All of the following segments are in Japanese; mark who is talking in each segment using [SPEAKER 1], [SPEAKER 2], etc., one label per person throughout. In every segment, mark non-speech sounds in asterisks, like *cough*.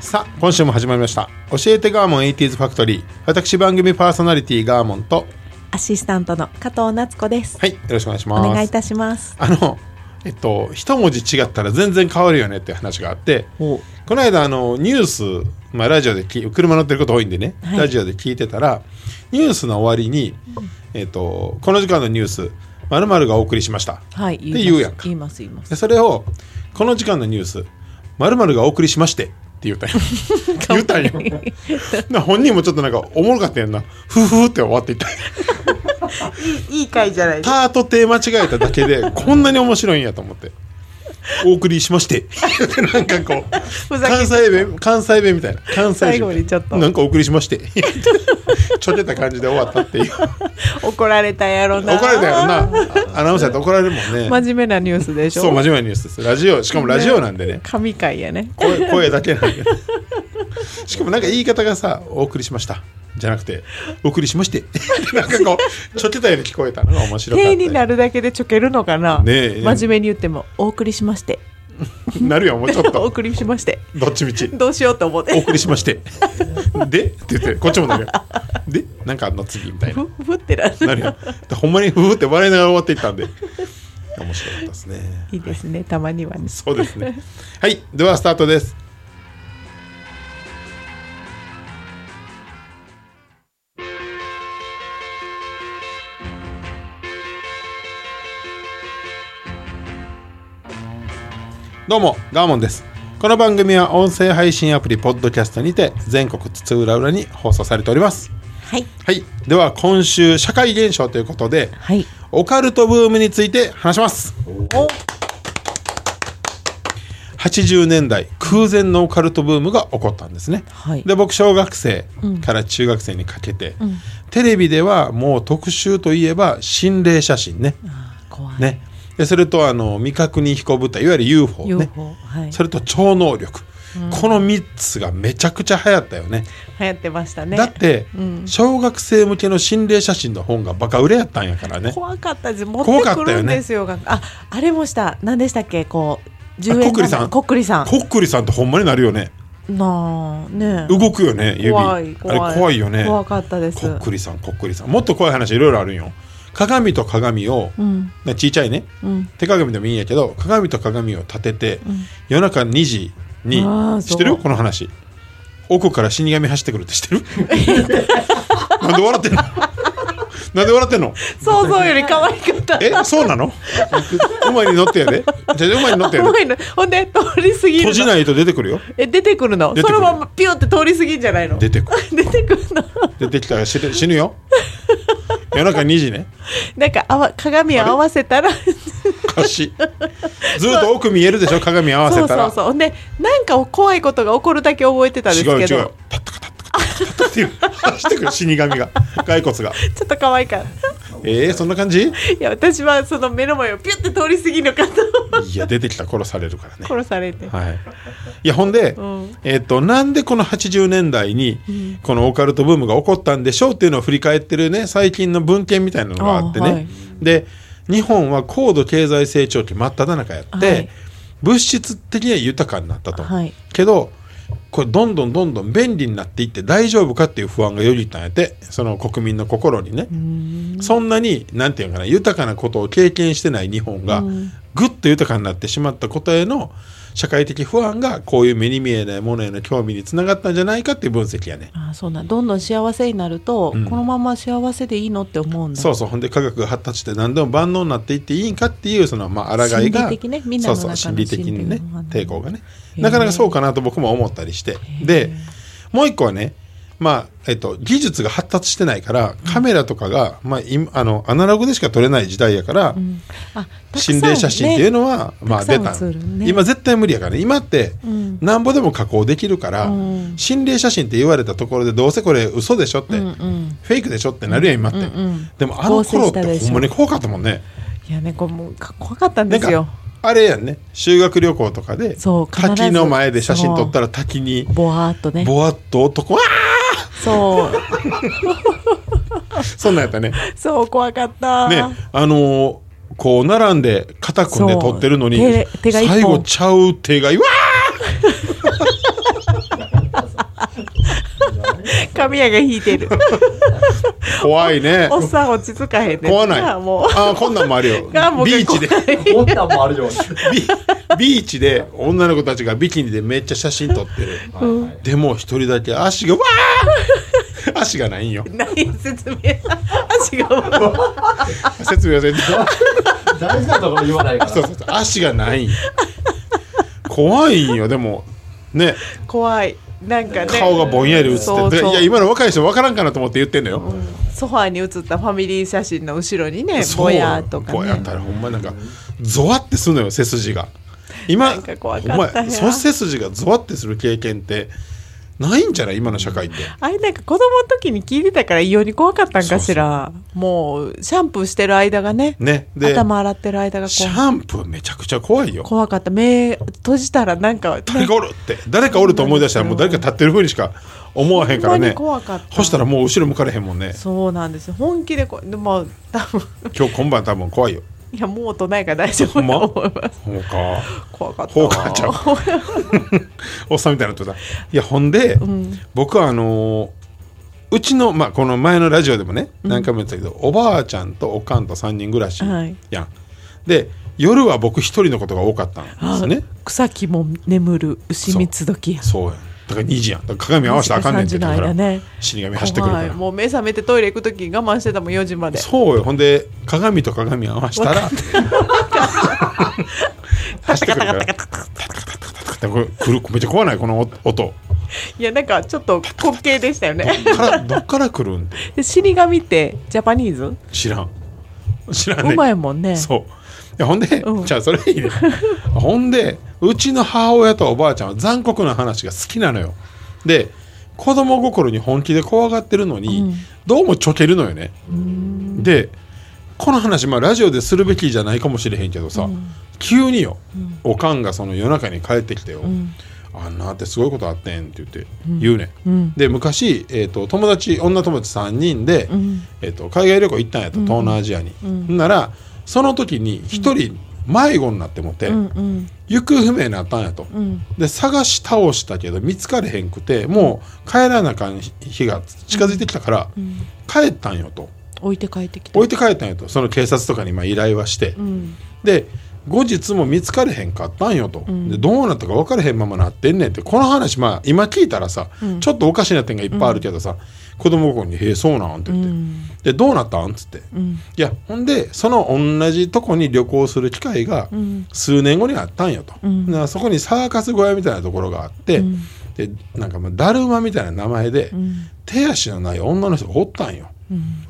[SPEAKER 1] さあ今週も始まりました「教えてガーモン 80s ファクトリー」私番組パーソナリティガーモンと
[SPEAKER 2] アシスタントの加藤夏子です。
[SPEAKER 1] はいよろしくお願いし
[SPEAKER 2] お
[SPEAKER 1] ます
[SPEAKER 2] 願いいたします。
[SPEAKER 1] あのえっと一文字違ったら全然変わるよねって話があってこの間あのニュース、まあ、ラジオでき車乗ってること多いんでね、
[SPEAKER 2] はい
[SPEAKER 1] ラジオで聞いてたらニュースの終わりに、えっと、この時間のニュース「まるがお送りしました
[SPEAKER 2] はい、
[SPEAKER 1] って言うやんか
[SPEAKER 2] 言います言います。
[SPEAKER 1] でそれをこの時間のニュース「まるがお送りしまして」って言ったん
[SPEAKER 2] *laughs*
[SPEAKER 1] よ言ったんよな本人もちょっとなんかおもろかったやんな「ふふ」って終わっていった
[SPEAKER 2] いい回じ
[SPEAKER 1] *laughs*
[SPEAKER 2] ゃない
[SPEAKER 1] パート手間違えただけでこんなに面白いんやと思ってお送りしまして *laughs* なんかこう
[SPEAKER 2] ふざけて
[SPEAKER 1] 関西弁関西弁みたいな関西
[SPEAKER 2] 最
[SPEAKER 1] 人み
[SPEAKER 2] 後
[SPEAKER 1] たい
[SPEAKER 2] に
[SPEAKER 1] な
[SPEAKER 2] ちょっと
[SPEAKER 1] なんかお送りしまして *laughs* ちょけた感じで終わったっていう
[SPEAKER 2] 怒られたやろ
[SPEAKER 1] 怒られたよなあアナウンサーって怒られるもんね、
[SPEAKER 2] 真面目なニュースでしょ。
[SPEAKER 1] そう真面目なニュースですラジオしかもラジオなんでね
[SPEAKER 2] 神回やね。
[SPEAKER 1] 声声だけなんでしかもなんか言い方がさ「お送りしました」じゃなくて「お送りしまして」 *laughs* なんかこうちょけたように聞こえたのが面白かった
[SPEAKER 2] 手になるだけでちょけるのかな。
[SPEAKER 1] ねえ
[SPEAKER 2] 真面目に言ってもお送りしまして、
[SPEAKER 1] なるよもうちょっ
[SPEAKER 2] *laughs* お
[SPEAKER 1] と
[SPEAKER 2] 送りしまして、
[SPEAKER 1] どっちみち
[SPEAKER 2] どうしようと思っ
[SPEAKER 1] お
[SPEAKER 2] て。
[SPEAKER 1] 送りしましてでって言ってこっちもなるよでなんかあんの次みたいな
[SPEAKER 2] ふふってなる。
[SPEAKER 1] なるよ *laughs* でほんまにふふって笑いながら終わっていったんで面白かったですね
[SPEAKER 2] いいですね。たまにはね。
[SPEAKER 1] そうですねはいではスタートですどうもガーモンですこの番組は音声配信アプリポッドキャストにて全国津々浦々に放送されております
[SPEAKER 2] はい
[SPEAKER 1] はいでは今週社会現象ということで
[SPEAKER 2] はい。
[SPEAKER 1] オカルトブームについて話します80年代空前のオカルトブームが起こったんですね、
[SPEAKER 2] はい
[SPEAKER 1] で僕小学生から中学生にかけて、
[SPEAKER 2] ん
[SPEAKER 1] テレビではもう特集といえば心霊写真ね,、
[SPEAKER 2] あー怖い。
[SPEAKER 1] ねでそれとあの未確認飛行物体いわゆる UFO ね
[SPEAKER 2] UFO はい。
[SPEAKER 1] それと超能力、この3つがめちゃくちゃ流行ったよね
[SPEAKER 2] 流行ってましたね。
[SPEAKER 1] だって、
[SPEAKER 2] うん
[SPEAKER 1] 小学生向けの心霊写真の本がバカ売れやったんやからね
[SPEAKER 2] 怖かったです持ってくるんですよああれもした何でしたっけこう10
[SPEAKER 1] あ
[SPEAKER 2] 円
[SPEAKER 1] こっくりさん
[SPEAKER 2] こっくりさん
[SPEAKER 1] こっくりさんってほんまになるよね
[SPEAKER 2] なあねえ
[SPEAKER 1] 動くよね指
[SPEAKER 2] 怖い怖い
[SPEAKER 1] あれ怖いよね
[SPEAKER 2] 怖かったです
[SPEAKER 1] こっくりさんこっくりさんもっと怖い話いろいろあるんよ鏡と鏡を、
[SPEAKER 2] うん
[SPEAKER 1] ねちいちゃいね
[SPEAKER 2] うん
[SPEAKER 1] 手鏡でもいいんやけど鏡と鏡を立てて、夜中2時に
[SPEAKER 2] あー
[SPEAKER 1] 知って
[SPEAKER 2] そ
[SPEAKER 1] る
[SPEAKER 2] う
[SPEAKER 1] この話奥から死神走ってくるって知っ
[SPEAKER 2] *laughs*
[SPEAKER 1] てるなんで笑ってんのなんで笑ってんの
[SPEAKER 2] 想像より可愛かった
[SPEAKER 1] えそうなの馬に乗ってやでじゃあ馬に乗ってやで
[SPEAKER 2] 怖いのほんで通り過ぎる
[SPEAKER 1] 閉じ
[SPEAKER 2] の
[SPEAKER 1] ないと出てくるよ
[SPEAKER 2] え出てくるの
[SPEAKER 1] 出てく
[SPEAKER 2] そ
[SPEAKER 1] る
[SPEAKER 2] のままピュンって通り過ぎんじゃないの
[SPEAKER 1] 出てくる
[SPEAKER 2] 出てくるの
[SPEAKER 1] 出てきたら死ぬ死ぬよ夜中2時ね
[SPEAKER 2] なんかあわ鏡を合わせたら
[SPEAKER 1] 足ずっと奥見えるでしょ鏡合わ
[SPEAKER 2] そ
[SPEAKER 1] せ
[SPEAKER 2] う
[SPEAKER 1] た
[SPEAKER 2] そ
[SPEAKER 1] ら
[SPEAKER 2] うそうほんでなんか怖いことが起こるだけ覚えてたんです
[SPEAKER 1] 違う違
[SPEAKER 2] けど
[SPEAKER 1] う
[SPEAKER 2] ち
[SPEAKER 1] タ
[SPEAKER 2] ょ
[SPEAKER 1] ッタカタッタカタッタカタッタっていう走ってくる死神が骸骨が
[SPEAKER 2] っと可愛いから
[SPEAKER 1] えー、そんな感じ
[SPEAKER 2] いや私はその目の前をピュンって通り過ぎるのかと
[SPEAKER 1] いや出てきたら殺されるからね
[SPEAKER 2] 殺されて
[SPEAKER 1] はいいやほんで、
[SPEAKER 2] うん
[SPEAKER 1] えっとなんでこの80年代にこのオカルトブームが起こったんでしょうっていうのを振り返ってるね最近の文献みたいなのがあってね、
[SPEAKER 2] あはい
[SPEAKER 1] で日本は高度経済成長期真っ只中やって、
[SPEAKER 2] はい
[SPEAKER 1] 物質的には豊かになったと、
[SPEAKER 2] はい
[SPEAKER 1] けどこれどんどんどんどん便利になっていって大丈夫かっていう不安がよぎったんやってその国民の心にねそんなになんていうのかな豊かなことを経験してない日本がぐっと豊かになってしまったことへの社会的不安がこういう目に見えないものへの興味につながったんじゃないかっていう分析やね。
[SPEAKER 2] ああそうなんどんどん幸せになると、
[SPEAKER 1] ん
[SPEAKER 2] このまま幸せでいいのって思うんだ
[SPEAKER 1] そうそうほんで科学が発達して何でも万能になっていっていいんかっていうそのまあ抗いが
[SPEAKER 2] 心理的ねみんなの中
[SPEAKER 1] そうそう
[SPEAKER 2] の
[SPEAKER 1] 心理的にね
[SPEAKER 2] 心理の
[SPEAKER 1] 抵抗がね
[SPEAKER 2] へー
[SPEAKER 1] なかなかそうかなと僕も思ったりしてでもう一個はね、ままあ、えっと、技術が発達してないから、カメラとかが、まあ、今、あの、アナログでしか撮れない時代やから、
[SPEAKER 2] あたくさん
[SPEAKER 1] 心霊写真っていう
[SPEAKER 2] ね
[SPEAKER 1] のは、まあ
[SPEAKER 2] たくさ
[SPEAKER 1] 出
[SPEAKER 2] ん
[SPEAKER 1] た
[SPEAKER 2] 映るね
[SPEAKER 1] 今絶対無理やからね今って
[SPEAKER 2] ん
[SPEAKER 1] なんぼでも加工できるから、
[SPEAKER 2] うん
[SPEAKER 1] 心霊写真って言われたところでどうせこれ嘘でしょって、
[SPEAKER 2] うんうん
[SPEAKER 1] フェイクでしょってなるやん今って、
[SPEAKER 2] うんうん
[SPEAKER 1] でもあの頃っ
[SPEAKER 2] 合成した
[SPEAKER 1] て
[SPEAKER 2] でしょ
[SPEAKER 1] ほんまに怖かったもんね
[SPEAKER 2] いやねこうもうか怖かったん
[SPEAKER 1] なん
[SPEAKER 2] ですよ
[SPEAKER 1] かあれやんね修学旅行とかで
[SPEAKER 2] そう必ず
[SPEAKER 1] 滝の前で写真撮ったら滝に
[SPEAKER 2] ぼわーっとね
[SPEAKER 1] ぼわっと男わ *laughs*
[SPEAKER 2] そう
[SPEAKER 1] ーそんなんやったね
[SPEAKER 2] そう怖かった
[SPEAKER 1] ねあのーこう並んで肩組んで
[SPEAKER 2] そう
[SPEAKER 1] 撮ってるのに
[SPEAKER 2] 手手が一本
[SPEAKER 1] 最後ちゃう手がわ
[SPEAKER 2] 髪屋が引い
[SPEAKER 1] *laughs*
[SPEAKER 2] てる
[SPEAKER 1] ー怖い
[SPEAKER 2] *laughs*
[SPEAKER 1] ね
[SPEAKER 2] おっさん落ち着かへんね
[SPEAKER 1] 怖ない。
[SPEAKER 2] じゃ
[SPEAKER 1] あ
[SPEAKER 2] あもう
[SPEAKER 1] あーこんなんもあるよ。ビ
[SPEAKER 2] *laughs* がもう
[SPEAKER 1] ーチで、
[SPEAKER 3] こんなんもあるよ。は
[SPEAKER 1] ビビーチで女の子たちがビキニでめっちゃ写真撮って
[SPEAKER 3] い
[SPEAKER 1] る。
[SPEAKER 3] はい
[SPEAKER 1] でも一人だけ足がわー足がないん
[SPEAKER 2] *laughs*
[SPEAKER 1] よ。
[SPEAKER 2] 何説明足
[SPEAKER 1] *laughs*
[SPEAKER 2] がもう
[SPEAKER 1] 説明忘れてた。
[SPEAKER 3] 大事なところ言わないか
[SPEAKER 1] そうそうそう足がないんよ。怖いんよでもね
[SPEAKER 2] 怖いなんかね
[SPEAKER 1] 顔がぼんやり写
[SPEAKER 2] そ
[SPEAKER 1] っ
[SPEAKER 2] う
[SPEAKER 1] てて
[SPEAKER 2] そう
[SPEAKER 1] いや今の若い人分からんかなと思って言ってんのよ。
[SPEAKER 2] ソファーに写ったファミリー写真の後ろにね
[SPEAKER 1] そう
[SPEAKER 2] ぼやーとか
[SPEAKER 1] ぼや
[SPEAKER 2] ね
[SPEAKER 1] ったらほんまなんかゾワってするのよ背筋が今
[SPEAKER 2] なんか怖か
[SPEAKER 1] お
[SPEAKER 2] ったな
[SPEAKER 1] 前その背筋がゾワってする経験ってないんじゃない今の社会って
[SPEAKER 2] あれなんか子供の時に聞いてたから異様に怖かったんかしらもうシャンプーしてる間がね
[SPEAKER 1] ねで
[SPEAKER 2] 頭洗ってる間が
[SPEAKER 1] シ
[SPEAKER 2] 怖い
[SPEAKER 1] ャンプーめちゃくちゃ怖いよ
[SPEAKER 2] 怖かった目閉じたらなんか
[SPEAKER 1] 誰かおるって誰かおると思い出したらもう誰か立ってるふうにしか思わへんから
[SPEAKER 2] ほんま
[SPEAKER 1] ね
[SPEAKER 2] に怖かった
[SPEAKER 1] そしたらもう後ろ向かれへんもんね
[SPEAKER 2] そうなんですよ本気でこでも多分
[SPEAKER 1] 今日今晩多分怖いよ
[SPEAKER 2] いやもうとないから大丈夫
[SPEAKER 1] ほんま
[SPEAKER 2] と思います
[SPEAKER 1] ほうか
[SPEAKER 2] 怖かった
[SPEAKER 1] ほうかちゃうおっさんみたいになってたいやほんで、
[SPEAKER 2] ん
[SPEAKER 1] 僕はあのーうちの、まあ、この前のラジオでもね何回も言ってたけど、おばあちゃんとおかんと3人暮らしやん、
[SPEAKER 2] はい
[SPEAKER 1] で夜は僕一人のことが多かったんですね
[SPEAKER 2] あ草木も眠る牛三つ時や
[SPEAKER 1] そうやんだから2時やんだから鏡合わせたらあかんねんって言ってたから、
[SPEAKER 2] 3時の間ね
[SPEAKER 1] 死神走ってくるか
[SPEAKER 2] 怖い
[SPEAKER 1] ら
[SPEAKER 2] もう目覚めてトイレ行く時我慢してたもん4時まで
[SPEAKER 1] そうよほんで鏡と鏡合わせたら走ってくるからタタタタタタこれくるめっちゃ怖ないこの音
[SPEAKER 2] いやなんかちょっと滑稽でしたよね
[SPEAKER 1] どっからどっから来るんって
[SPEAKER 2] で死神ってジャパニーズ
[SPEAKER 1] 知らん知らんね
[SPEAKER 2] うまいもんね
[SPEAKER 1] そういやほんで、
[SPEAKER 2] うん
[SPEAKER 1] じゃあそれいいねほんでうちの母親とおばあちゃんは残酷な話が好きなのよで子供心に本気で怖がってるのに、どうもちょけるのよねでこの話、まあ、ラジオでするべきじゃないかもしれへんけどさ、急によ、おかんがその夜中に帰ってきてよ、あんなってすごいことあってんって言って言うね、んで昔、えー、と友達女友達3人で、えー、と海外旅行行ったんやと東南アジアに、ならその時に1人迷子になってもって、
[SPEAKER 2] うん
[SPEAKER 1] 行方不明になったんやと、
[SPEAKER 2] ん
[SPEAKER 1] で探し倒したけど見つかれへんくてもう帰らなあかん日が近づいてきたから、帰ったんよと
[SPEAKER 2] 置いて帰ってきて
[SPEAKER 1] 置いて帰ったんよとその警察とかにまあ依頼はして、
[SPEAKER 2] うん
[SPEAKER 1] で後日も見つかれへんかったんよと、でどうなったか分からへんままなってんねんってこの話まあ今聞いたらさ、ちょっとおかしな点がいっぱいあるけどさ、子供心に「へえそうなん?」って言って「でどうなったん?」っつって、いやほんでその同じとこに旅行する機会が数年後にあったんよと、だからそこにサーカス小屋みたいなところがあって、でなんかまあだるまみたいな名前で、手足のない女の人がおったんよ、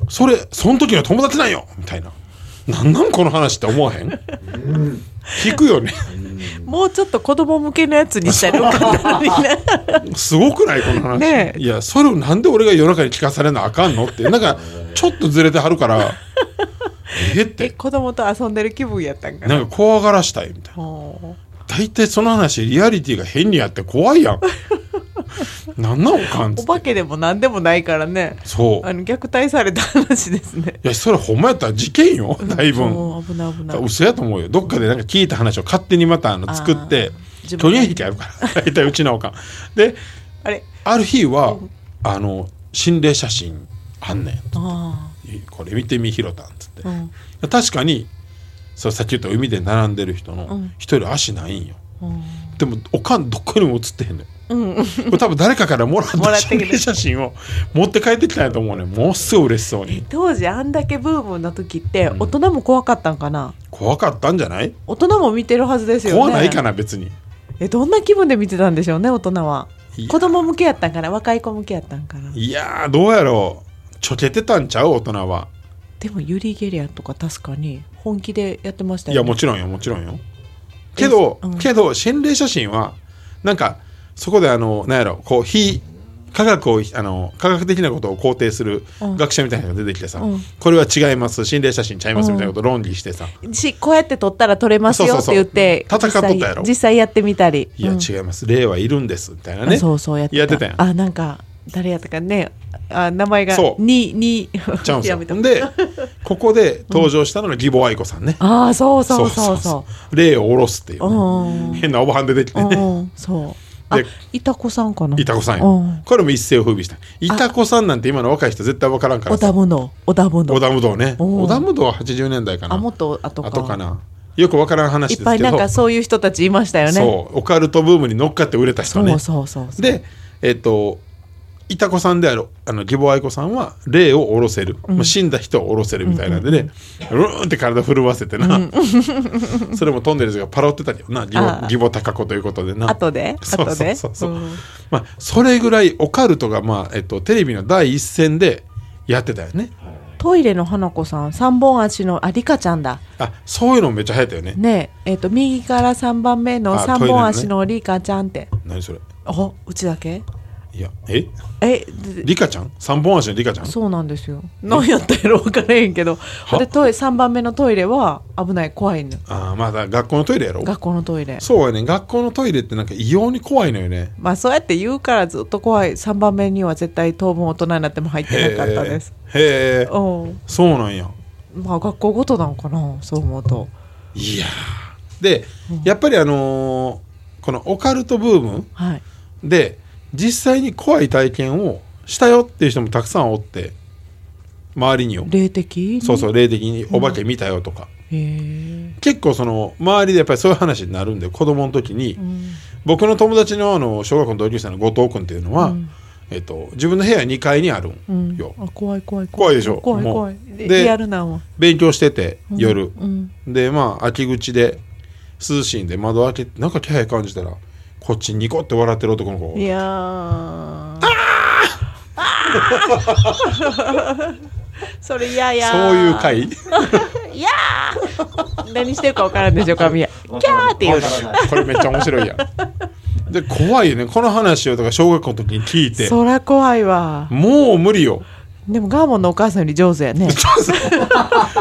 [SPEAKER 1] それその時の友達なんよみたいな。なんなんこの話って思わへん聞くよね
[SPEAKER 2] もうちょっと子供向けのやつにしたらよかったのにね
[SPEAKER 1] すごくないこの話、
[SPEAKER 2] ねえ
[SPEAKER 1] いやそれをなんで俺が夜中に聞かされなあかんのってなんかちょっとずれてはるからえっ
[SPEAKER 2] え
[SPEAKER 1] て
[SPEAKER 2] 子供と遊んでる気分やったんかな
[SPEAKER 1] なんか怖がらしたいみたいな
[SPEAKER 2] ほう
[SPEAKER 1] 大体その話リアリティが変にあって怖いやんなんなんおかんっつ
[SPEAKER 2] お
[SPEAKER 1] っ
[SPEAKER 2] 化
[SPEAKER 1] て
[SPEAKER 2] けでも何でもないからね
[SPEAKER 1] そう
[SPEAKER 2] あの虐待された話ですね
[SPEAKER 1] いやそれほんまやったら事件よだいぶ
[SPEAKER 2] そう危ない危ない
[SPEAKER 1] 嘘やと思うよどっかでなんか聞いた話を勝手にまたあの作って
[SPEAKER 2] あー
[SPEAKER 1] 取り合い引きあるから
[SPEAKER 2] *laughs*
[SPEAKER 1] 大体うちのおかんで
[SPEAKER 2] あれ
[SPEAKER 1] ある日は、あの心霊写真あんねん
[SPEAKER 2] あ
[SPEAKER 1] これ見てみひろたんっつって
[SPEAKER 2] あう、ん
[SPEAKER 1] 確かにそうさっき言った海で並んでる人
[SPEAKER 2] う
[SPEAKER 1] の
[SPEAKER 2] ん
[SPEAKER 1] 一人足ないんよ、
[SPEAKER 2] うん
[SPEAKER 1] でもおかんどっかにも写ってへんのよ
[SPEAKER 2] うん
[SPEAKER 1] これ多分誰かからもらった
[SPEAKER 2] もらって
[SPEAKER 1] 心
[SPEAKER 2] きて
[SPEAKER 1] 霊写真を持って帰ってきたんやと思うねんもうすごい嬉しそうに
[SPEAKER 2] 当時あんだけブームの時って大人も怖かったんかな、
[SPEAKER 1] 怖かったんじゃない
[SPEAKER 2] 大人も見てるはずですよね
[SPEAKER 1] 怖ないかな別に
[SPEAKER 2] えどんな気分で見てたんでしょうね大人は
[SPEAKER 1] いや
[SPEAKER 2] 子供向けやったんかな若い子向けやったんかない
[SPEAKER 1] やーどうやろうちょけてたんちゃう大人は
[SPEAKER 2] でもユリゲリアとか確かに本気でやってました
[SPEAKER 1] い
[SPEAKER 2] よ、
[SPEAKER 1] や
[SPEAKER 2] ね、
[SPEAKER 1] もちろんよもちろんよけど、
[SPEAKER 2] うん
[SPEAKER 1] けど心霊写真はなんかそこであのなんやろこう非科学をあの科学的なことを肯定する
[SPEAKER 2] うん
[SPEAKER 1] 学者みたいなのが出てきてさ、
[SPEAKER 2] うん
[SPEAKER 1] これは違います心霊写真ちゃいますみたいなことを論議してさ、
[SPEAKER 2] しこうやって撮ったら撮れますよ
[SPEAKER 1] そう
[SPEAKER 2] っ
[SPEAKER 1] そ
[SPEAKER 2] て
[SPEAKER 1] うそう
[SPEAKER 2] 言って
[SPEAKER 1] 戦っとったやろ
[SPEAKER 2] 実際実際やってみたり
[SPEAKER 1] いや
[SPEAKER 2] うん
[SPEAKER 1] 違います霊はいるんですみたいなね
[SPEAKER 2] あそうそうやってた
[SPEAKER 1] やってたやん
[SPEAKER 2] あなんか誰やったかねあ名前が
[SPEAKER 1] そう
[SPEAKER 2] にに
[SPEAKER 1] ちゃうんす
[SPEAKER 2] *laughs* や
[SPEAKER 1] よ
[SPEAKER 2] めた
[SPEAKER 1] ほんでここで登場したのが義母愛子さんね、
[SPEAKER 2] ああそうそうそうそう
[SPEAKER 1] 霊を下ろすっていう
[SPEAKER 2] う
[SPEAKER 1] ね、
[SPEAKER 2] んうん
[SPEAKER 1] 変なおばはん出てきてね
[SPEAKER 2] そう
[SPEAKER 1] *laughs*
[SPEAKER 2] あ
[SPEAKER 1] で
[SPEAKER 2] いたこさんかない
[SPEAKER 1] たこさん
[SPEAKER 2] うん
[SPEAKER 1] よこれも一世を風靡したいたこさんなんて今の若い人絶対分からんから
[SPEAKER 2] 織
[SPEAKER 1] さ
[SPEAKER 2] 田無の織田無
[SPEAKER 1] 織
[SPEAKER 2] の
[SPEAKER 1] 田無道ね
[SPEAKER 2] うん
[SPEAKER 1] 織田無道は80年代かな
[SPEAKER 2] あもっと後か
[SPEAKER 1] 後かなよく分からん話
[SPEAKER 2] い
[SPEAKER 1] で
[SPEAKER 2] っ
[SPEAKER 1] す
[SPEAKER 2] ぱい
[SPEAKER 1] けど
[SPEAKER 2] なんかそういう人たちいましたよね
[SPEAKER 1] そうオカルトブームに乗っかって売れた人ね
[SPEAKER 2] そうそうそうそう
[SPEAKER 1] でえっといたこさんであるあの義母愛子さんは霊を下ろせる、もう死んだ人を下ろせるみたいなんでね、うるーんって体震わせてな、 *laughs* それもトンネルズがパロってたけどな義
[SPEAKER 2] あ
[SPEAKER 1] 母
[SPEAKER 2] ー
[SPEAKER 1] 義母高子ということでな
[SPEAKER 2] 後で
[SPEAKER 1] そう
[SPEAKER 2] 後
[SPEAKER 1] そ
[SPEAKER 2] で
[SPEAKER 1] うそうそう、
[SPEAKER 2] うん
[SPEAKER 1] まあそれぐらいオカルトがまあ、えっと、テレビの第一線でやってたよね
[SPEAKER 2] トイレの花子さん三本足のあリカちゃんだ
[SPEAKER 1] あそういうのめっちゃ流行ったよね
[SPEAKER 2] ねええっと右から三番目の
[SPEAKER 1] あ
[SPEAKER 2] 三
[SPEAKER 1] トイレの
[SPEAKER 2] 本
[SPEAKER 1] ね
[SPEAKER 2] 足のリカちゃんって
[SPEAKER 1] 何それ
[SPEAKER 2] あうちだけ
[SPEAKER 1] いやえ
[SPEAKER 2] えで
[SPEAKER 1] リカちゃん三本足のリカちゃん
[SPEAKER 2] そうなんですよ何やったやろ分からへんけどでトイレ3番目のトイレは危ない怖いの
[SPEAKER 1] ああまあだ学校のトイレやろ
[SPEAKER 2] 学校のトイレ
[SPEAKER 1] そうやね学校のトイレってなんか異様に怖いのよね
[SPEAKER 2] まあそうやって言うからずっと怖い3番目には絶対当分大人になっても入ってなかったです
[SPEAKER 1] へえへえ
[SPEAKER 2] うん
[SPEAKER 1] そうなんや
[SPEAKER 2] まあ学校ごとなんかなそう思うと
[SPEAKER 1] いやーでやっぱりあのーこのオカルトブーム
[SPEAKER 2] はい
[SPEAKER 1] で実際に怖い体験をしたよっていう人もたくさんおって周りによ
[SPEAKER 2] 霊的
[SPEAKER 1] そうそうう霊的にお化け見たよとか、
[SPEAKER 2] へえ
[SPEAKER 1] 結構その周りでやっぱりそういう話になるんで子供の時に、
[SPEAKER 2] うん
[SPEAKER 1] 僕の友達のあの小学校の同級生の後藤君っていうのは、
[SPEAKER 2] うん
[SPEAKER 1] えっと、自分の部屋2階にある
[SPEAKER 2] うんん
[SPEAKER 1] よ、
[SPEAKER 2] あ怖い怖い
[SPEAKER 1] 怖いでしょ
[SPEAKER 2] 怖い
[SPEAKER 1] もう
[SPEAKER 2] 怖いで
[SPEAKER 1] で
[SPEAKER 2] リアルなもん
[SPEAKER 1] 勉強してて夜、
[SPEAKER 2] うん
[SPEAKER 1] でまあ秋口で涼しいんで窓開けてなんか気配感じたらこっちニコって笑ってる男の子
[SPEAKER 2] いやーあー *laughs* それ嫌や
[SPEAKER 1] そういう回
[SPEAKER 2] いやー何してるか分からんでしょ
[SPEAKER 1] *laughs*
[SPEAKER 2] 神谷キャーって言うの
[SPEAKER 1] これめっちゃ面白いやんで怖いよねこの話をとか小学校の時に聞いて
[SPEAKER 2] そら怖いわ
[SPEAKER 1] もう無理よ *laughs*
[SPEAKER 2] でもガーモンのお母さんより上手やね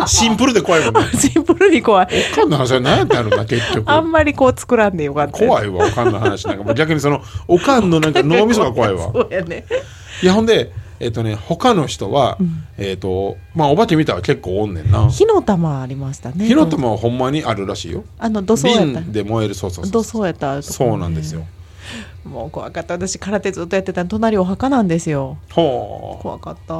[SPEAKER 1] シンプルで怖いもんね
[SPEAKER 2] シンプルに怖い
[SPEAKER 1] おかんの話は何やったんやろな結局
[SPEAKER 2] あんまりこう作らんでよかった
[SPEAKER 1] 怖いわおかんの話なんかもう逆にそのおかんのなんか脳みそが怖い
[SPEAKER 2] *laughs*
[SPEAKER 1] わ
[SPEAKER 2] そうやね
[SPEAKER 1] いやほんでえっ、とね他の人は、えっ、とまあお化け見たら結構おんねんな
[SPEAKER 2] 火の玉ありましたね
[SPEAKER 1] 火の玉はほんまにあるらしいよ
[SPEAKER 2] あの土葬やった
[SPEAKER 1] 瓶で燃えるそうそうそ
[SPEAKER 2] 土
[SPEAKER 1] う
[SPEAKER 2] 葬やったとこね
[SPEAKER 1] そうなんですよ
[SPEAKER 2] もう怖かった私空手ずっとやってたの隣お墓なんですよ
[SPEAKER 1] ほう
[SPEAKER 2] 怖かった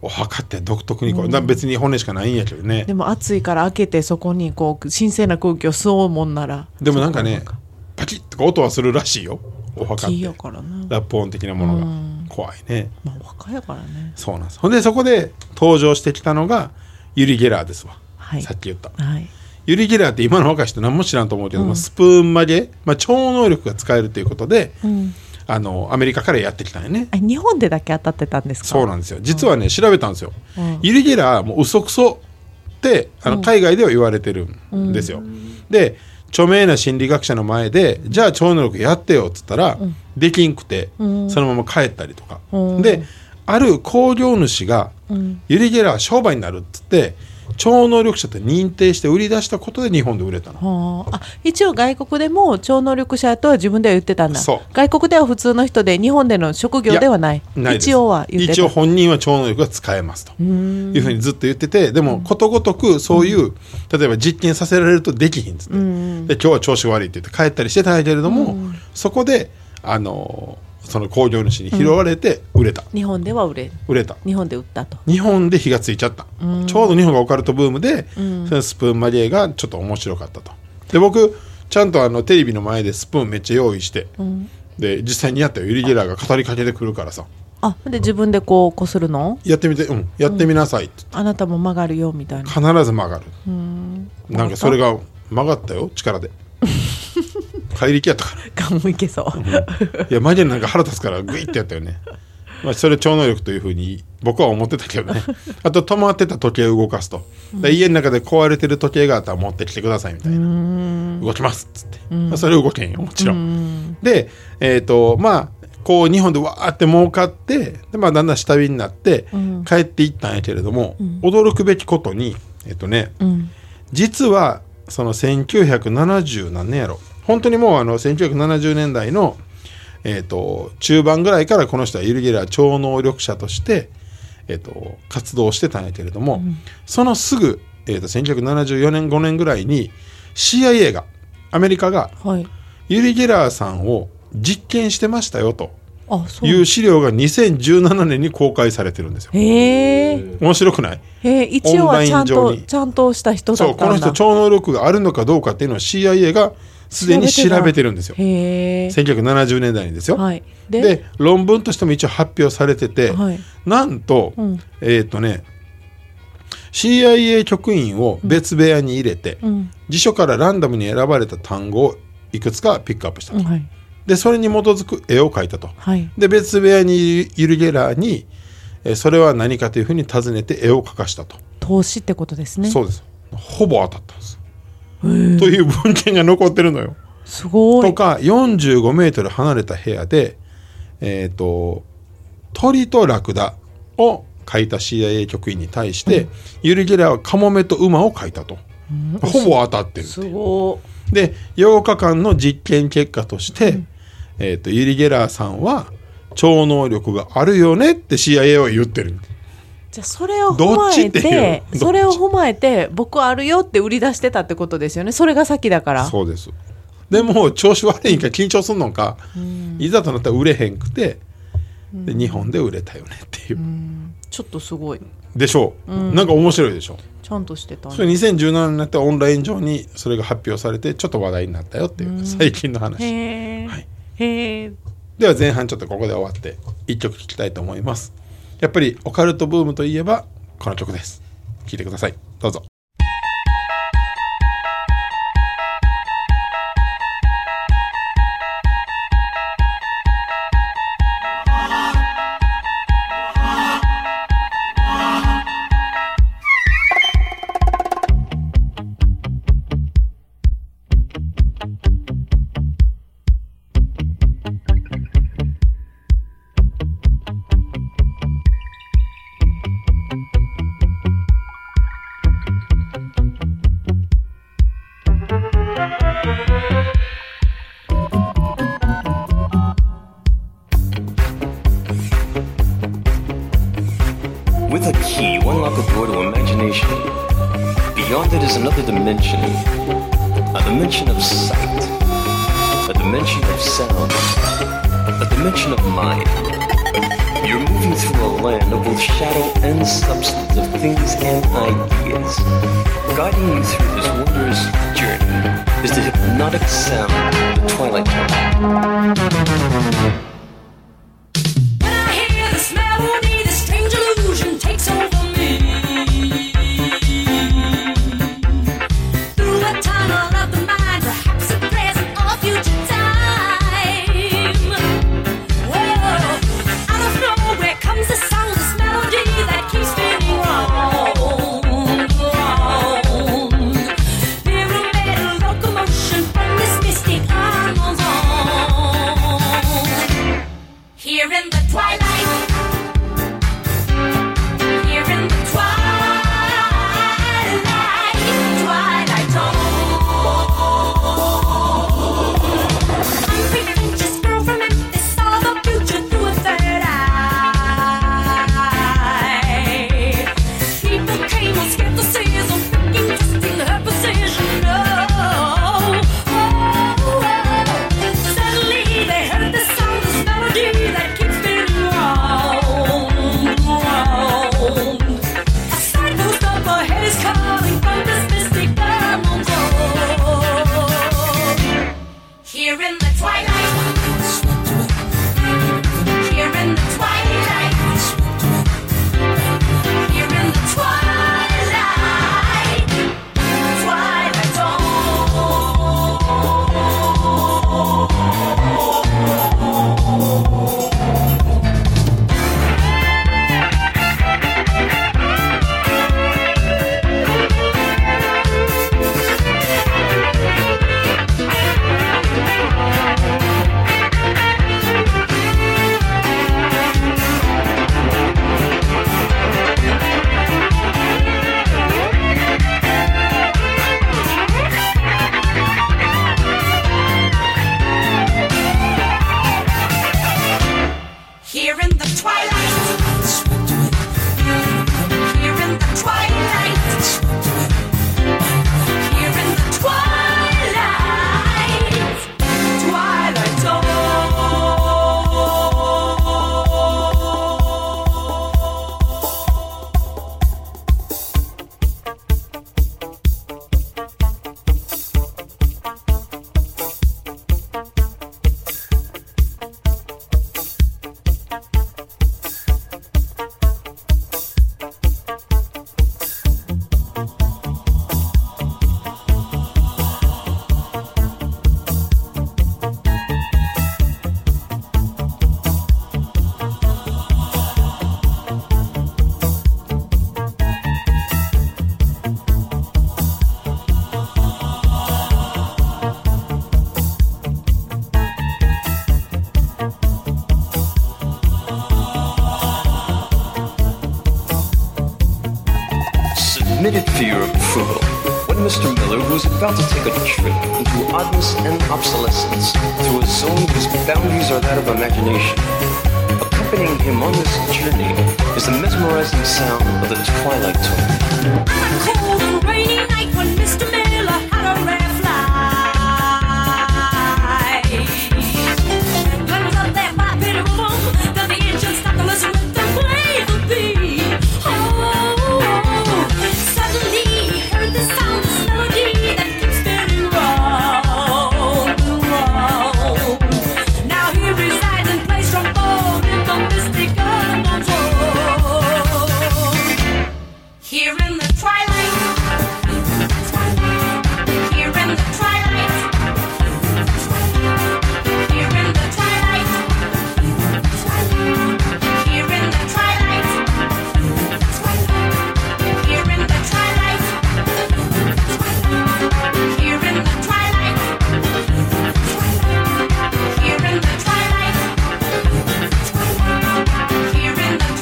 [SPEAKER 1] お墓って独特にこう、な別に骨しかないんやけどね
[SPEAKER 2] でも暑いから開けてそこにこう神聖な空気を吸おうもんなら
[SPEAKER 1] でもなんかね
[SPEAKER 2] そこ
[SPEAKER 1] パキッとか音はするらしいよお
[SPEAKER 2] の
[SPEAKER 1] 墓っ
[SPEAKER 2] 木
[SPEAKER 1] て
[SPEAKER 2] やからな
[SPEAKER 1] ラップ音的なものが、
[SPEAKER 2] うん
[SPEAKER 1] 怖いね
[SPEAKER 2] まあお墓やからね
[SPEAKER 1] そうなんですほんでそこで登場してきたのがユリ・ゲラーですわ、
[SPEAKER 2] はい
[SPEAKER 1] さっき言った
[SPEAKER 2] はい
[SPEAKER 1] ユリ・ゲラーって今の若い人何も知らんと思うけども、スプーン曲げ、まあ、超能力が使えるということで、
[SPEAKER 2] ん
[SPEAKER 1] あのアメリカからやってきたんよね
[SPEAKER 2] あ日本でだけ当たってたんですか
[SPEAKER 1] そうなんですよ実はね、調べたんですよ、
[SPEAKER 2] うん
[SPEAKER 1] ユリ・ゲラーもう嘘くそってあの海外では言われてるんですよ、で著名な心理学者の前でじゃあ超能力やってよっつったら、できんくて、
[SPEAKER 2] ん
[SPEAKER 1] そのまま帰ったりとか、
[SPEAKER 2] うん
[SPEAKER 1] である工業主が、
[SPEAKER 2] うん
[SPEAKER 1] ユリ・ゲラーは商売になるっつって超能力者と認定して売り出したことで日本で売れたの。
[SPEAKER 2] はああ一応外国でも超能力者とは自分では言ってたんだ
[SPEAKER 1] そう
[SPEAKER 2] 外国では普通の人で日本での職業ではない
[SPEAKER 1] ないです
[SPEAKER 2] 一応は言ってた
[SPEAKER 1] 一応本人は超能力が使えますというふうにずっと言っててでもことごとくそういう、例えば実験させられるとできひんっつって、で今日は調子悪いって言って帰ったりしてたんやけれども、そこであのーその工業主に拾われて売れた、
[SPEAKER 2] 日本では売れる
[SPEAKER 1] 売れた
[SPEAKER 2] 日本で売ったと
[SPEAKER 1] 日本で火がついちゃった、ちょうど日本がオカルトブームで、そのスプーンマリエがちょっと面白かったとで僕ちゃんとあのテレビの前でスプーンめっちゃ用意して、で実際にやったよユリ・ゲラーが語りかけてくるからさ
[SPEAKER 2] あで自分でこうこするの
[SPEAKER 1] やってみてうんやってみなさいって
[SPEAKER 2] あなたも曲がるよみたいな
[SPEAKER 1] 必 *laughs* ず曲がるなんかそれが曲がったよ力で必怪力やったから
[SPEAKER 2] ガンもいけそう。
[SPEAKER 1] いやマジでなんか腹立つからグイってやったよねまあそれ超能力というふうに僕は思ってたけどねあと止まってた時計を動かすとで家の中で壊れてる時計があったら持ってきてくださいみたいな動きますっつって、まあ、それ動けんよもちろんでえっ、とまあこう日本でわーって儲かってで、まあ、だんだん下火になって帰っていったんやけれども、驚くべきことにえっ、とね、実はその1970何年やろ本当にもうあの1970年代の、えー、と中盤ぐらいからこの人はユルゲラー超能力者として、えー、と活動してたんやけれども、そのすぐ、えー、と1974年5年ぐらいに CIA がアメリカが
[SPEAKER 2] はい。
[SPEAKER 1] ユリ・ゲラーさんを実験してましたよと
[SPEAKER 2] あ、そう。
[SPEAKER 1] いう資料が2017年に公開されてるんですよ。
[SPEAKER 2] へえ。
[SPEAKER 1] 面白くない
[SPEAKER 2] へえ、一応はちゃん
[SPEAKER 1] オンライン上
[SPEAKER 2] と、
[SPEAKER 1] に
[SPEAKER 2] ちゃんとした人だ
[SPEAKER 1] そ
[SPEAKER 2] っ
[SPEAKER 1] うこ
[SPEAKER 2] た
[SPEAKER 1] の
[SPEAKER 2] んだ。
[SPEAKER 1] 人超能力があるのかどうかっていうのを CIA がすでに調べてるんですよ
[SPEAKER 2] へえ。
[SPEAKER 1] 1970年代にですよ、
[SPEAKER 2] はい。
[SPEAKER 1] で
[SPEAKER 2] で、
[SPEAKER 1] 論文としても一応発表されてて、
[SPEAKER 2] はい
[SPEAKER 1] なんと、
[SPEAKER 2] ん
[SPEAKER 1] えーっ、とね CIA 局員を別部屋に入れて、
[SPEAKER 2] うん。
[SPEAKER 1] 辞書からランダムに選ばれた単語をいくつかピックアップしたと、
[SPEAKER 2] はい。
[SPEAKER 1] でそれに基づく絵を描いたと
[SPEAKER 2] はい。
[SPEAKER 1] で別部屋にいるユルゲラーにえーそれは何かというふうに尋ねて絵を描かしたと
[SPEAKER 2] 投資ってことですね。
[SPEAKER 1] そうですほぼ当たったんですという文献が残ってるのよ。
[SPEAKER 2] すご
[SPEAKER 1] と
[SPEAKER 2] い。
[SPEAKER 1] か45メートル離れた部屋で、えー、と鳥とラクダを書いた CIA 局員に対して、ユリ・ゲラーはカモメと馬を書いたと、ほぼ当たってる
[SPEAKER 2] すご
[SPEAKER 1] で8日間の実験結果として、えー、とユリ・ゲラーさんは超能力があるよねって CIA は言ってる
[SPEAKER 2] い。じゃあそれを踏まえ
[SPEAKER 1] どっちっていう
[SPEAKER 2] て
[SPEAKER 1] どっち
[SPEAKER 2] それを踏まえて僕あるよって売り出してたってことですよねそれが先だから
[SPEAKER 1] そうですでも調子悪いんか緊張すんのか、いざとなったら売れへんくてで日本で売れたよねっていう、
[SPEAKER 2] ちょっとすごい
[SPEAKER 1] でしょう、なんか面白いでしょ
[SPEAKER 2] ちゃんとしてたね
[SPEAKER 1] それ2017年になってオンライン上にそれが発表されてちょっと話題になったよっていう最近の話
[SPEAKER 2] へえ、
[SPEAKER 1] はい
[SPEAKER 2] へえ
[SPEAKER 1] では前半ちょっとここで終わって一曲聴きたいと思いますやっぱりオカルトブームといえばこの曲です聴いてくださいどうぞ
[SPEAKER 4] With a key, you unlock a door to imagination. Beyond it is another dimension. A dimension of sight. A dimension of sound. A dimension of mind. You're moving through a land of both shadow and substance of things and ideas. Guiding you through this wondrous journey is the hypnotic sound of the Twilight Zone.
[SPEAKER 5] When I hear this melody, this strange illusion takes over me. Through a tunnel of the mind, perhaps a present or future time. Whoa, out of nowhere comes the sound, this melody that keeps me round, round. Pyramid locomotion from this mystic unknown zone. Here in the twilight. Here in the twilight. Twilight zone. Unpretentious girl from Memphis saw the future through a third eye. People came on skepticism, thinking, testing her precision. Oh, oh, oh. Suddenly they heard the sound, this melody that keeps spinning round, round. A cycle stop ahead is calling from this mystic unknown zone. Here in the twilight. Here in the twilight. Here in the twilight, twilight zone. Oh.
[SPEAKER 4] to your approval when Mr. Miller, who is about to take a trip into oddness and obsolescence to a zone whose boundaries are that of imagination, accompanying him on this journey is the mesmerizing sound of the twilight tone.
[SPEAKER 5] On a cold and rainy night when Mr. Miller had a red flag. When I was up there by Peter Pan, then the engine stopped to listen with the play the beat. Oh, suddenly he heard the sound of melody that keeps spinning round and round. Now he resides and plays trombone in the mystic unknown zone. Here in the twilight. Here in the twilight. Here in the twilight. Here in the twilight. Here in the twilight. Here in the twilight. Here in the twilight. Here in the twilight. Here in the twilight. Here in the twilight. Here in the twilight. Here in the twilight. Here in the twilight. Here in the twilight. Here in the twilight. Here in the twilight. Here in the twilight. Here in the twilight. Here in the twilight. Here in the twilight. Here in the twilight. Here in the twilight. Here in the twilight. Here in the twilight.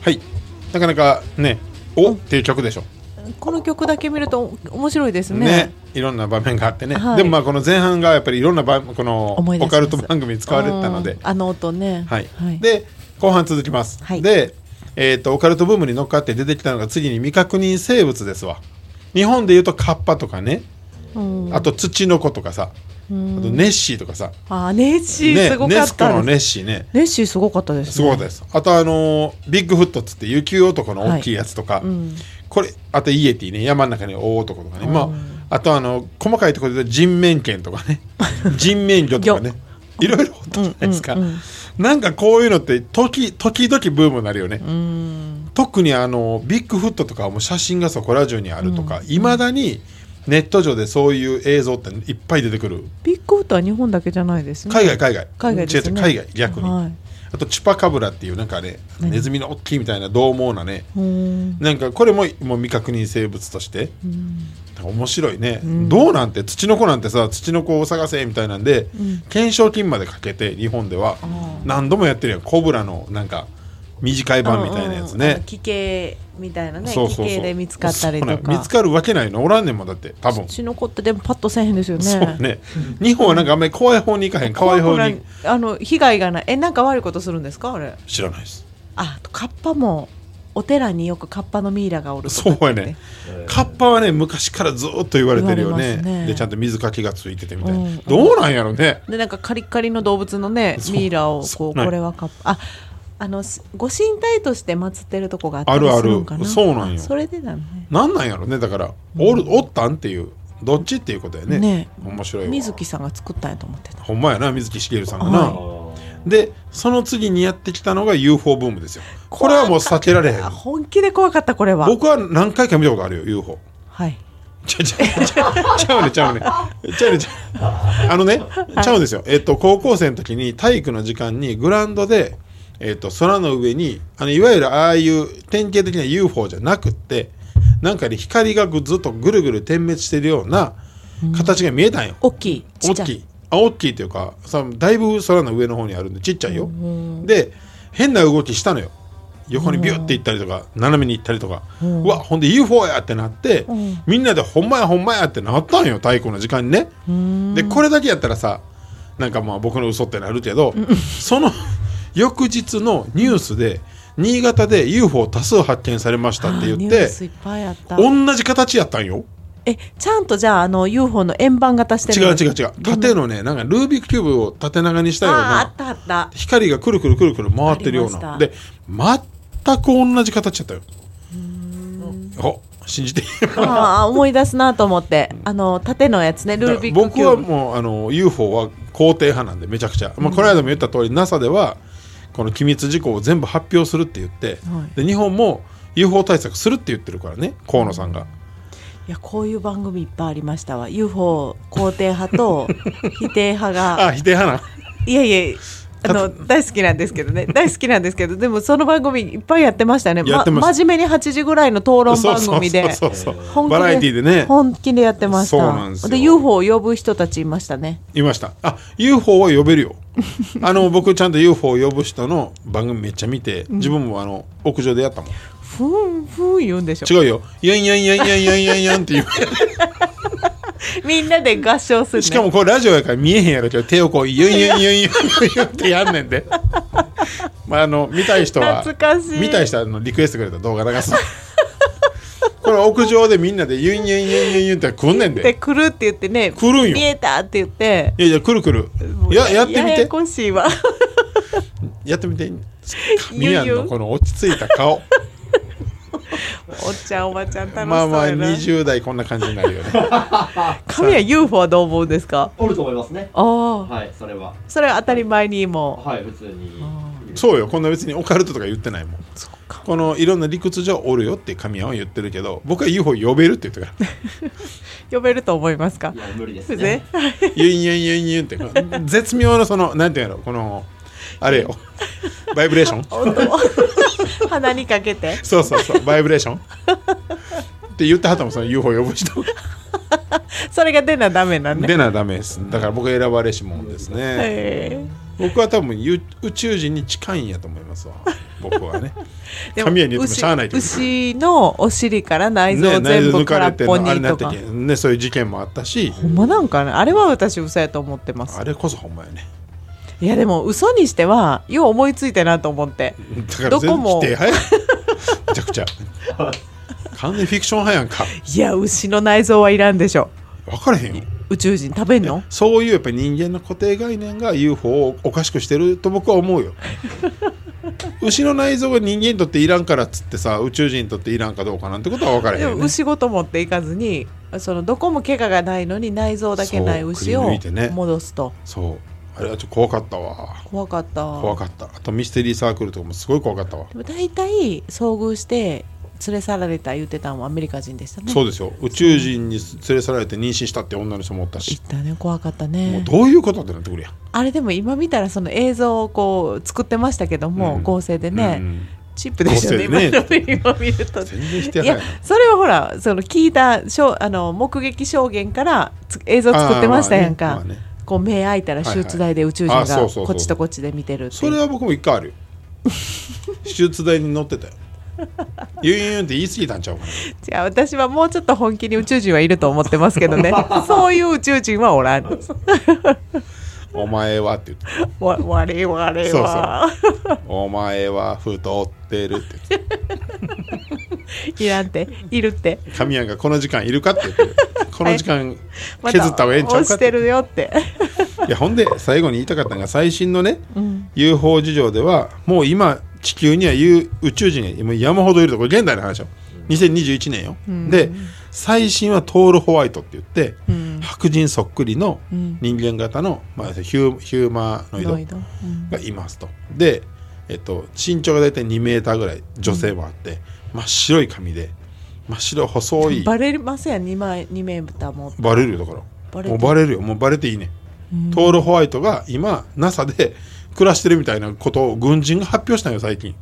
[SPEAKER 1] はいなかなかねおっていう曲でしょ
[SPEAKER 2] この曲だけ見ると面白いですね
[SPEAKER 1] ねいろんな場面があってね、
[SPEAKER 2] はい
[SPEAKER 1] でもまあこの前半がやっぱりいろんな場この
[SPEAKER 2] 思い出
[SPEAKER 1] オ
[SPEAKER 2] しま
[SPEAKER 1] カ
[SPEAKER 2] す
[SPEAKER 1] ルト番組に使われてたので
[SPEAKER 2] うんあの音ね
[SPEAKER 1] はい
[SPEAKER 2] で
[SPEAKER 1] で後半続きます、
[SPEAKER 2] はい
[SPEAKER 1] で、えー、とオカルトブームに乗っかって出てきたのが次に未確認生物ですわ日本でいうとカッパとかね、あとツチノコとかさ、あとネッシーとかさ、
[SPEAKER 2] あネッシー
[SPEAKER 1] ね、
[SPEAKER 2] すごか
[SPEAKER 1] ネ
[SPEAKER 2] っ
[SPEAKER 1] スコ
[SPEAKER 2] た
[SPEAKER 1] の
[SPEAKER 2] です
[SPEAKER 1] ネッシーね
[SPEAKER 2] ネッシーすごかったですね
[SPEAKER 1] すごかったですあとあのービッグフットっつって雪男の大きいやつとか、これあとイエティね山の中に大男とかね、まああとあの細かいところで言うと人面犬とか
[SPEAKER 2] *laughs*
[SPEAKER 1] ね人面魚とかねいろいろおったじゃないですか、なんかこういうのって時時々ブームになるよね、特にあのビッグフットとかはもう写真がそこラジオにあるとかいま、未だにネット上でそういう映像っていっぱい出てくる
[SPEAKER 2] ビッグウッドは日本だけじゃないですね
[SPEAKER 1] 海外海外
[SPEAKER 2] 海外ですね
[SPEAKER 1] 違う違う海外逆に、
[SPEAKER 2] はい
[SPEAKER 1] あとチュパカブラっていうなんかねネズミの大きいみたいなどう猛なね
[SPEAKER 2] うん
[SPEAKER 1] なんかこれももう未確認生物として、面白いね、どうなんて土の子なんてさ土の子を探せみたいなんで、懸賞金までかけて日本では何度もやってるやんコブラのなんか短い版みたいなやつ
[SPEAKER 2] うんうん
[SPEAKER 1] ね
[SPEAKER 2] あの、奇形みたいなね
[SPEAKER 1] そうそう
[SPEAKER 2] 奇
[SPEAKER 1] そう
[SPEAKER 2] 形で見つかったり
[SPEAKER 1] そ
[SPEAKER 2] と
[SPEAKER 1] うなん
[SPEAKER 2] か
[SPEAKER 1] 見つかるわけないのおらんねんもんだって多分、
[SPEAKER 2] 血の子ってでもパッとせえへんですよね
[SPEAKER 1] そうね日本はなんかあんまり怖い方に行かへん怖い方
[SPEAKER 2] 怖
[SPEAKER 1] に
[SPEAKER 2] くないあの被害がないえなんか悪いことするんですかあれ
[SPEAKER 1] 知らないです
[SPEAKER 2] あカッパもお寺によくカッパのミイラがおるとか
[SPEAKER 1] そ
[SPEAKER 2] って
[SPEAKER 1] うやね。カッパはね、昔からずーっと言われてるよ
[SPEAKER 2] 言われ
[SPEAKER 1] ね。
[SPEAKER 2] ますね
[SPEAKER 1] で、ちゃんと水かきがついててみたいな。
[SPEAKER 2] うん
[SPEAKER 1] どうなんやろね。
[SPEAKER 2] でなんかカリッカリの動物のね
[SPEAKER 1] そう
[SPEAKER 2] ミイラを
[SPEAKER 1] そ
[SPEAKER 2] こ
[SPEAKER 1] う
[SPEAKER 2] う
[SPEAKER 1] なんや
[SPEAKER 2] これはカッパああのすご神体として祀ってるとこがあった
[SPEAKER 1] ある
[SPEAKER 2] り
[SPEAKER 1] ある
[SPEAKER 2] するのかな
[SPEAKER 1] そうなんよ
[SPEAKER 2] それでだね
[SPEAKER 1] なんなんやろね。だから、おる、おったんっていう、どっちっていうことやね。
[SPEAKER 2] ね
[SPEAKER 1] 面白いわ。
[SPEAKER 2] 水木さんが作ったんやと思ってた
[SPEAKER 1] ほんまやな、水木しげるさんがな。で、その次にやってきたのが UFO ブームですよ。これはもう避けられへん。
[SPEAKER 2] あ本気で怖かったこれは
[SPEAKER 1] 僕は何回か見たことあるよ、UFO。
[SPEAKER 2] はい
[SPEAKER 1] ちゃうちゃうちゃうちゃうねちゃうねちゃうねちゃうあのねちゃうんですよえっと高校生の時に体育の時間にグラウンドでえっと空の上にあのいわゆるああいう典型的な UFO じゃなくってなんかね光がぐずっとぐるぐる点滅してるような形が見えたんよ、
[SPEAKER 2] 大きいち
[SPEAKER 1] 大
[SPEAKER 2] っちゃ
[SPEAKER 1] き
[SPEAKER 2] い
[SPEAKER 1] いあ大きいというかさだいぶ空の上の方にあるんでちっちゃいよで変な動きしたのよ横にビューって行ったりとか斜めに行ったりとかうわほんで UFO やってなってみんなでほんまやほんまやってなったんよ太鼓の時間にねでこれだけやったらさなんかまあ僕の嘘ってなるけどその翌日のニュースで新潟で UFO 多数発見されましたって言っ
[SPEAKER 2] ニュー
[SPEAKER 1] て
[SPEAKER 2] スいっぱいあった
[SPEAKER 1] 同じ形やったんよ
[SPEAKER 2] えちゃんとじゃああの UFO の円盤型して
[SPEAKER 1] 違
[SPEAKER 2] る
[SPEAKER 1] う違う違う縦のねなんかルービックキューブを縦長にしたよう
[SPEAKER 2] あああ
[SPEAKER 1] な
[SPEAKER 2] ったあった
[SPEAKER 1] 光がくるくるくるくる回ってるよう
[SPEAKER 2] ありま
[SPEAKER 1] な
[SPEAKER 2] した
[SPEAKER 1] で全く同じ形やったよお信じていい
[SPEAKER 2] ああ思い出すなと思ってあの縦のやつねルービック
[SPEAKER 1] 僕
[SPEAKER 2] キュ
[SPEAKER 1] は
[SPEAKER 2] ーブ
[SPEAKER 1] もうあの UFO は肯定派なんでめちゃくちゃ、まあ、この間も言った通り NASA ではこの機密事項を全部発表するって言って、
[SPEAKER 2] はい
[SPEAKER 1] で日本も UFO 対策するって言ってるからね河野さんが
[SPEAKER 2] いやこういう番組いっぱいありましたわ UFO 肯定派
[SPEAKER 1] *laughs*
[SPEAKER 2] と否定派
[SPEAKER 1] あ
[SPEAKER 2] が
[SPEAKER 1] 否定派ない
[SPEAKER 2] やいやあの大好きなんです
[SPEAKER 1] *laughs*
[SPEAKER 2] けどね大好きなんですけどでもその番組いっぱいやってましたね
[SPEAKER 1] やってました
[SPEAKER 2] 真面目に8時ぐらいの討論
[SPEAKER 1] そう
[SPEAKER 2] 番
[SPEAKER 1] そう
[SPEAKER 2] 組
[SPEAKER 1] そ
[SPEAKER 2] で
[SPEAKER 1] うそうそう
[SPEAKER 2] 本気
[SPEAKER 1] バラエティでね
[SPEAKER 2] 本気でやってまし
[SPEAKER 1] そ
[SPEAKER 2] た
[SPEAKER 1] うなんですよ
[SPEAKER 2] UFO を呼ぶ人たちいましたね
[SPEAKER 1] いましたあ UFO は呼べるよあの僕ちゃんと UFO を呼ぶ人の番組めっちゃ見て自分もあの屋上でやったもん
[SPEAKER 2] ふんふん言うんでしょ
[SPEAKER 1] 違うよ「やんやんやんやんやんやんやん」っていう
[SPEAKER 2] みんなで合唱 *laughs* する、ね、
[SPEAKER 1] しかもこれラジオやから見えへんやろけど手をこう「ゆんゆんゆんゆんゆんゆん」ってやんねんでまああの見たい人は
[SPEAKER 2] 懐かしい
[SPEAKER 1] 見たい人はあのリクエストくれた動画流すこれ屋上でみんなで「ゆんゆんゆんゆんゆん」って来んねん
[SPEAKER 2] で
[SPEAKER 1] で
[SPEAKER 2] 来るって言ってね
[SPEAKER 1] 来るんよ
[SPEAKER 2] 見えたって言って
[SPEAKER 1] いやいやくるくるややってみ
[SPEAKER 2] や
[SPEAKER 1] て
[SPEAKER 2] やこしいわ *laughs*
[SPEAKER 1] やってみて
[SPEAKER 2] ゆう
[SPEAKER 1] ミヤンのこの落ち着いた顔
[SPEAKER 2] おっちゃんおばちゃん楽しそうやな、
[SPEAKER 1] まあまあ20代こんな感じになるよね
[SPEAKER 2] 神谷 UFO はどう思うんですか
[SPEAKER 3] おると思いますね。
[SPEAKER 2] ああ、
[SPEAKER 3] はい、それは。
[SPEAKER 2] それは当たり前にも
[SPEAKER 3] はい、普通に。
[SPEAKER 1] そうよこんな別にオカルトとか言ってないもん
[SPEAKER 2] うそっか
[SPEAKER 1] このいろんな理屈上おるよって神谷は言ってるけど僕は UFO 呼べるって言ったから *laughs*
[SPEAKER 2] 呼べると思いますか
[SPEAKER 3] いや、無理です
[SPEAKER 2] です
[SPEAKER 3] ね
[SPEAKER 2] ね。
[SPEAKER 1] ユンユンユンユンってこう絶妙なそのなんていうんやろこのあ
[SPEAKER 2] *laughs*
[SPEAKER 1] れよバイブレーション
[SPEAKER 2] 音を鼻にかけて
[SPEAKER 1] そうそうそうバイブレーションって言ってはったもんその UFO 呼ぶ
[SPEAKER 2] *laughs*
[SPEAKER 1] 人
[SPEAKER 2] それが出なダメなんね
[SPEAKER 1] でなダメですだから僕は選ばれしもんですね
[SPEAKER 2] え
[SPEAKER 1] 僕は多分ゆ宇宙人に近いんやと思いますわ僕はね
[SPEAKER 2] えで
[SPEAKER 1] 神
[SPEAKER 2] も
[SPEAKER 1] 谷に言ってもしゃあないけど
[SPEAKER 2] 牛牛のお尻から内臓を
[SPEAKER 1] ね内
[SPEAKER 2] 全
[SPEAKER 1] 臓抜
[SPEAKER 2] 部
[SPEAKER 1] か
[SPEAKER 2] 空
[SPEAKER 1] れ
[SPEAKER 2] って
[SPEAKER 1] ん
[SPEAKER 2] ぽ
[SPEAKER 1] のあれ
[SPEAKER 2] に
[SPEAKER 1] な
[SPEAKER 2] と
[SPEAKER 1] った
[SPEAKER 2] か
[SPEAKER 1] っけねそういう事件もあったし
[SPEAKER 2] ほんまなんかなあれは私嘘やと思ってます
[SPEAKER 1] あれこそほんまやね
[SPEAKER 2] いやでも嘘にしてはよう思いついたなと思って
[SPEAKER 1] だから
[SPEAKER 2] ど
[SPEAKER 1] 全
[SPEAKER 2] こ
[SPEAKER 1] 部否
[SPEAKER 2] も
[SPEAKER 1] 定早いめちゃくちゃ完全にフィクション派やんか
[SPEAKER 2] いや牛の内臓はいらんでしょ
[SPEAKER 1] 分からへんよ
[SPEAKER 2] 宇宙人食べんの
[SPEAKER 1] そういうやっぱり人間の固定概念が UFO をおかしくしてると僕は思うよ牛の内臓が人間にとっていらんからっつってさ宇宙人にとっていらんかどうかなんてことは分からへん
[SPEAKER 2] で
[SPEAKER 1] よ、
[SPEAKER 2] も
[SPEAKER 1] ね、
[SPEAKER 2] 牛ごと持っていかずにそのどこも怪我がないのに内臓だけない
[SPEAKER 1] そう
[SPEAKER 2] 牛
[SPEAKER 1] くり
[SPEAKER 2] を
[SPEAKER 1] 抜いてね
[SPEAKER 2] 戻すと
[SPEAKER 1] そうあれはちょっと怖かったわ
[SPEAKER 2] 怖かった
[SPEAKER 1] 怖かったあとミステリーサークルとかもすごい怖かったわ、
[SPEAKER 2] でも大体遭遇して連れ去られた言ってたんはアメリカ人でしたね
[SPEAKER 1] そうですよ宇宙人に連れ去られて妊娠したって女の人もおった
[SPEAKER 2] 言
[SPEAKER 1] し
[SPEAKER 2] ったね怖かった
[SPEAKER 1] もう
[SPEAKER 2] ね
[SPEAKER 1] どういうことってなってくるやん
[SPEAKER 2] あれでも今見たらその映像をこう作ってましたけども、
[SPEAKER 1] うん
[SPEAKER 2] 合成
[SPEAKER 1] う
[SPEAKER 2] でね、
[SPEAKER 1] ん
[SPEAKER 2] チップでしたね
[SPEAKER 1] 合成でね
[SPEAKER 2] 今の今見ると
[SPEAKER 1] 全然否定
[SPEAKER 2] い
[SPEAKER 1] 派や
[SPEAKER 2] や
[SPEAKER 1] な
[SPEAKER 2] それはほらその聞いたしょあの目撃証言からつ映像作ってましたやん
[SPEAKER 1] あー
[SPEAKER 2] か、
[SPEAKER 1] まあねまあね
[SPEAKER 2] こう目開いたら手術台で宇宙人
[SPEAKER 1] はいはいあそうそうそう
[SPEAKER 2] がこっちとこっちで見てるっていう
[SPEAKER 1] それは僕も一回あるよ手術台に乗ってたよユンユンって言い過ぎたんちゃうかな
[SPEAKER 2] じゃあ私はもうちょっと本気に宇宙人はいると思ってますけど
[SPEAKER 1] *laughs*
[SPEAKER 2] ねそういう宇宙人はおらん
[SPEAKER 1] お前はって言って
[SPEAKER 2] わ我々は
[SPEAKER 1] た。お前は太ってるって言って
[SPEAKER 2] *laughs* いらんているって
[SPEAKER 1] た。神谷がこの時間いるかって言ってる。この時間削った方がええんちゃうか
[SPEAKER 2] 押
[SPEAKER 1] っ
[SPEAKER 2] してて。るよって
[SPEAKER 1] いやほんで最後に言いたかったのが最新のね、UFO 事情ではもう今地球には U 宇宙人がもう山ほどいるとこれ現代の話よ。2021年よ。で最新はトールホワイトって言って、白人そっくりの人間型の、まあ、ヒューヒューマノイド
[SPEAKER 2] ノイド
[SPEAKER 1] がいますと。で、えっと、身長が大体2メーターぐらい女性もあって、真っ白い髪で真っ白い細い
[SPEAKER 2] バレますやん2枚二名豚も
[SPEAKER 1] バレるよだから
[SPEAKER 2] バレて
[SPEAKER 1] もうバレるよもうバレていいね、トール・ホワイトが今 NASA で暮らしてるみたいなことを軍人が発表したのよ最近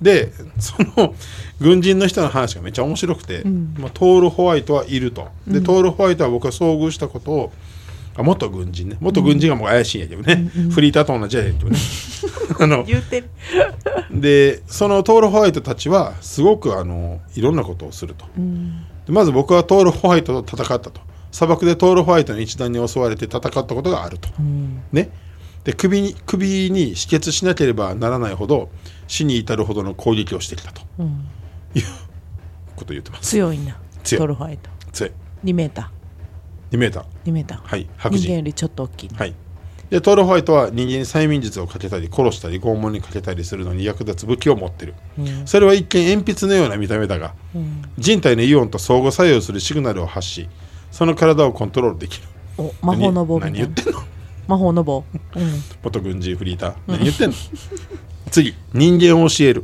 [SPEAKER 1] でその軍人の人の話がめっちゃ面白くて、まあ、トール・ホワイトはいるとで、トール・ホワイトは僕が遭遇したことをあ元軍人ね元軍人がもう怪しいんやけどね、フリーターと同じやけ *laughs* どねあの
[SPEAKER 2] 言うてる
[SPEAKER 1] でそのトール・ホワイトたちはすごくあのいろんなことをすると、でまず僕はトール・ホワイトと戦ったと砂漠でトール・ホワイトの一団に襲われて戦ったことがあると、ねで首に首に止血しなければならないほど死に至るほどの攻撃をしてきたと、いうことを言ってます
[SPEAKER 2] 強いな
[SPEAKER 1] 強い
[SPEAKER 2] トルファイト
[SPEAKER 1] 強い
[SPEAKER 2] 2メータ
[SPEAKER 1] 2メーター
[SPEAKER 2] ー2メーター、
[SPEAKER 1] はい白
[SPEAKER 2] 人間
[SPEAKER 1] 人
[SPEAKER 2] よりちょっと大きいな、
[SPEAKER 1] はいでトールホワイトは人間に催眠術をかけたり殺したり拷問にかけたりするのに役立つ武器を持ってる、それは一見鉛筆のような見た目だが、人体のイオンと相互作用するシグナルを発しその体をコントロールできる
[SPEAKER 2] お魔法の棒みた
[SPEAKER 1] 何
[SPEAKER 2] い
[SPEAKER 1] 何
[SPEAKER 2] な
[SPEAKER 1] 言ってんの
[SPEAKER 2] 魔法の棒、うん
[SPEAKER 1] 元軍人フリーター何言ってんの次人間を教える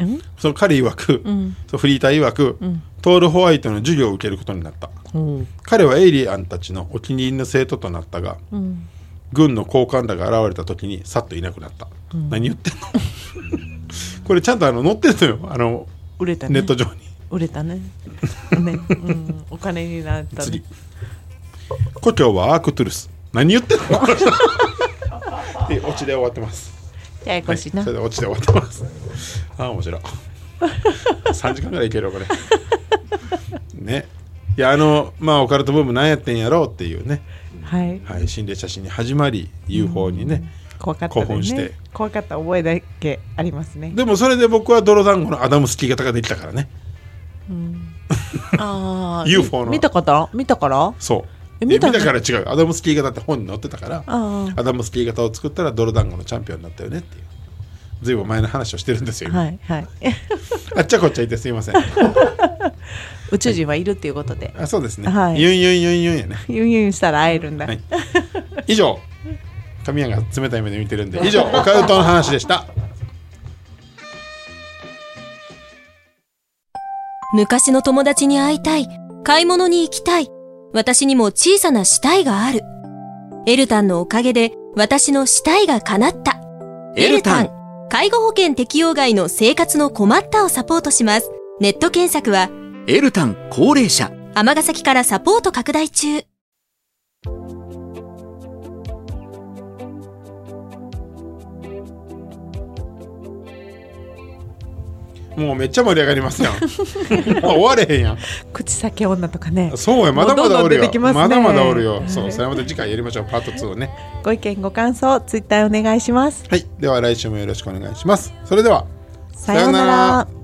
[SPEAKER 2] ん
[SPEAKER 1] その彼曰く、そうフリーター曰く、トールホワイトの授業を受けることになった
[SPEAKER 2] うん
[SPEAKER 1] 彼はエイリアンたちのお気に入りの生徒となったが、軍の高官らが現れた時にさっといなくなった、何言ってんの *laughs* これちゃんとあの載ってるのよあの
[SPEAKER 2] 売れたね
[SPEAKER 1] ネット上に
[SPEAKER 2] 売れ *laughs* たねね、うん、お金になった、
[SPEAKER 1] 次
[SPEAKER 2] ね、
[SPEAKER 1] 故郷はアークトゥルス何言ってんの *laughs* でオチで終わってます
[SPEAKER 2] ややこしいな、
[SPEAKER 1] はいそれで落ちて終わってます。 *laughs* ああ、面白い。3時間ぐらいいけるよ、これ。 *laughs* ね。いや、あの、まあ、オカルトブーム何やってんやろうっていうね、
[SPEAKER 2] はい
[SPEAKER 1] はい、心霊写真に始まり、UFO にね。
[SPEAKER 2] 怖かった
[SPEAKER 1] 興奮
[SPEAKER 2] で
[SPEAKER 1] し
[SPEAKER 2] す
[SPEAKER 1] て
[SPEAKER 2] ね怖かった覚えだけありますね
[SPEAKER 1] でも、それで僕は泥団子のアダムスキー型ができたからね。
[SPEAKER 2] あ
[SPEAKER 1] UFO の
[SPEAKER 2] 見たから見たから
[SPEAKER 1] そう。
[SPEAKER 2] え
[SPEAKER 1] 見
[SPEAKER 2] 見た
[SPEAKER 1] た
[SPEAKER 2] の
[SPEAKER 1] から違う。アダムスキー型って本に載ってたから、
[SPEAKER 2] あ
[SPEAKER 1] アダムスキー型を作ったら泥団子のチャンピオンになったよねっていう。ずいぶん前の話をしてるんですよ、今
[SPEAKER 2] はいはい
[SPEAKER 1] あっちゃこっちゃ言ってすいません。
[SPEAKER 2] 宇宙人はいるっていうことで
[SPEAKER 1] あそうですね。
[SPEAKER 2] はい
[SPEAKER 1] ユンユンユンユンやね。
[SPEAKER 2] ユンユンしたら会えるんだ、
[SPEAKER 1] はい以上神谷が冷たい目で見て
[SPEAKER 2] *laughs*
[SPEAKER 1] るんで以上オカルトの話でした
[SPEAKER 6] 昔の友達に会いたい。買い物に行きたい。私にも小さな死体がある。エルタンのおかげで私の死体が叶った。
[SPEAKER 4] エルタン
[SPEAKER 6] ン介護保険適用外の生活の困ったをサポートします。ネット検索は
[SPEAKER 7] エルタン高齢者
[SPEAKER 6] 尼崎からサポート拡大中。
[SPEAKER 1] もうめっちゃ盛り上がりますや
[SPEAKER 2] *laughs*
[SPEAKER 1] んもう終われへんやん
[SPEAKER 2] 口先女とかね
[SPEAKER 1] そうやまだまだおるよ
[SPEAKER 2] もうどんどん出てきますね
[SPEAKER 1] まだまだおるよそうそれまた次回やりましょうパート2をね
[SPEAKER 2] ご意見ご感想ツイッターお願いします
[SPEAKER 1] はいでは来週もよろしくお願いしますそれでは
[SPEAKER 2] さようなら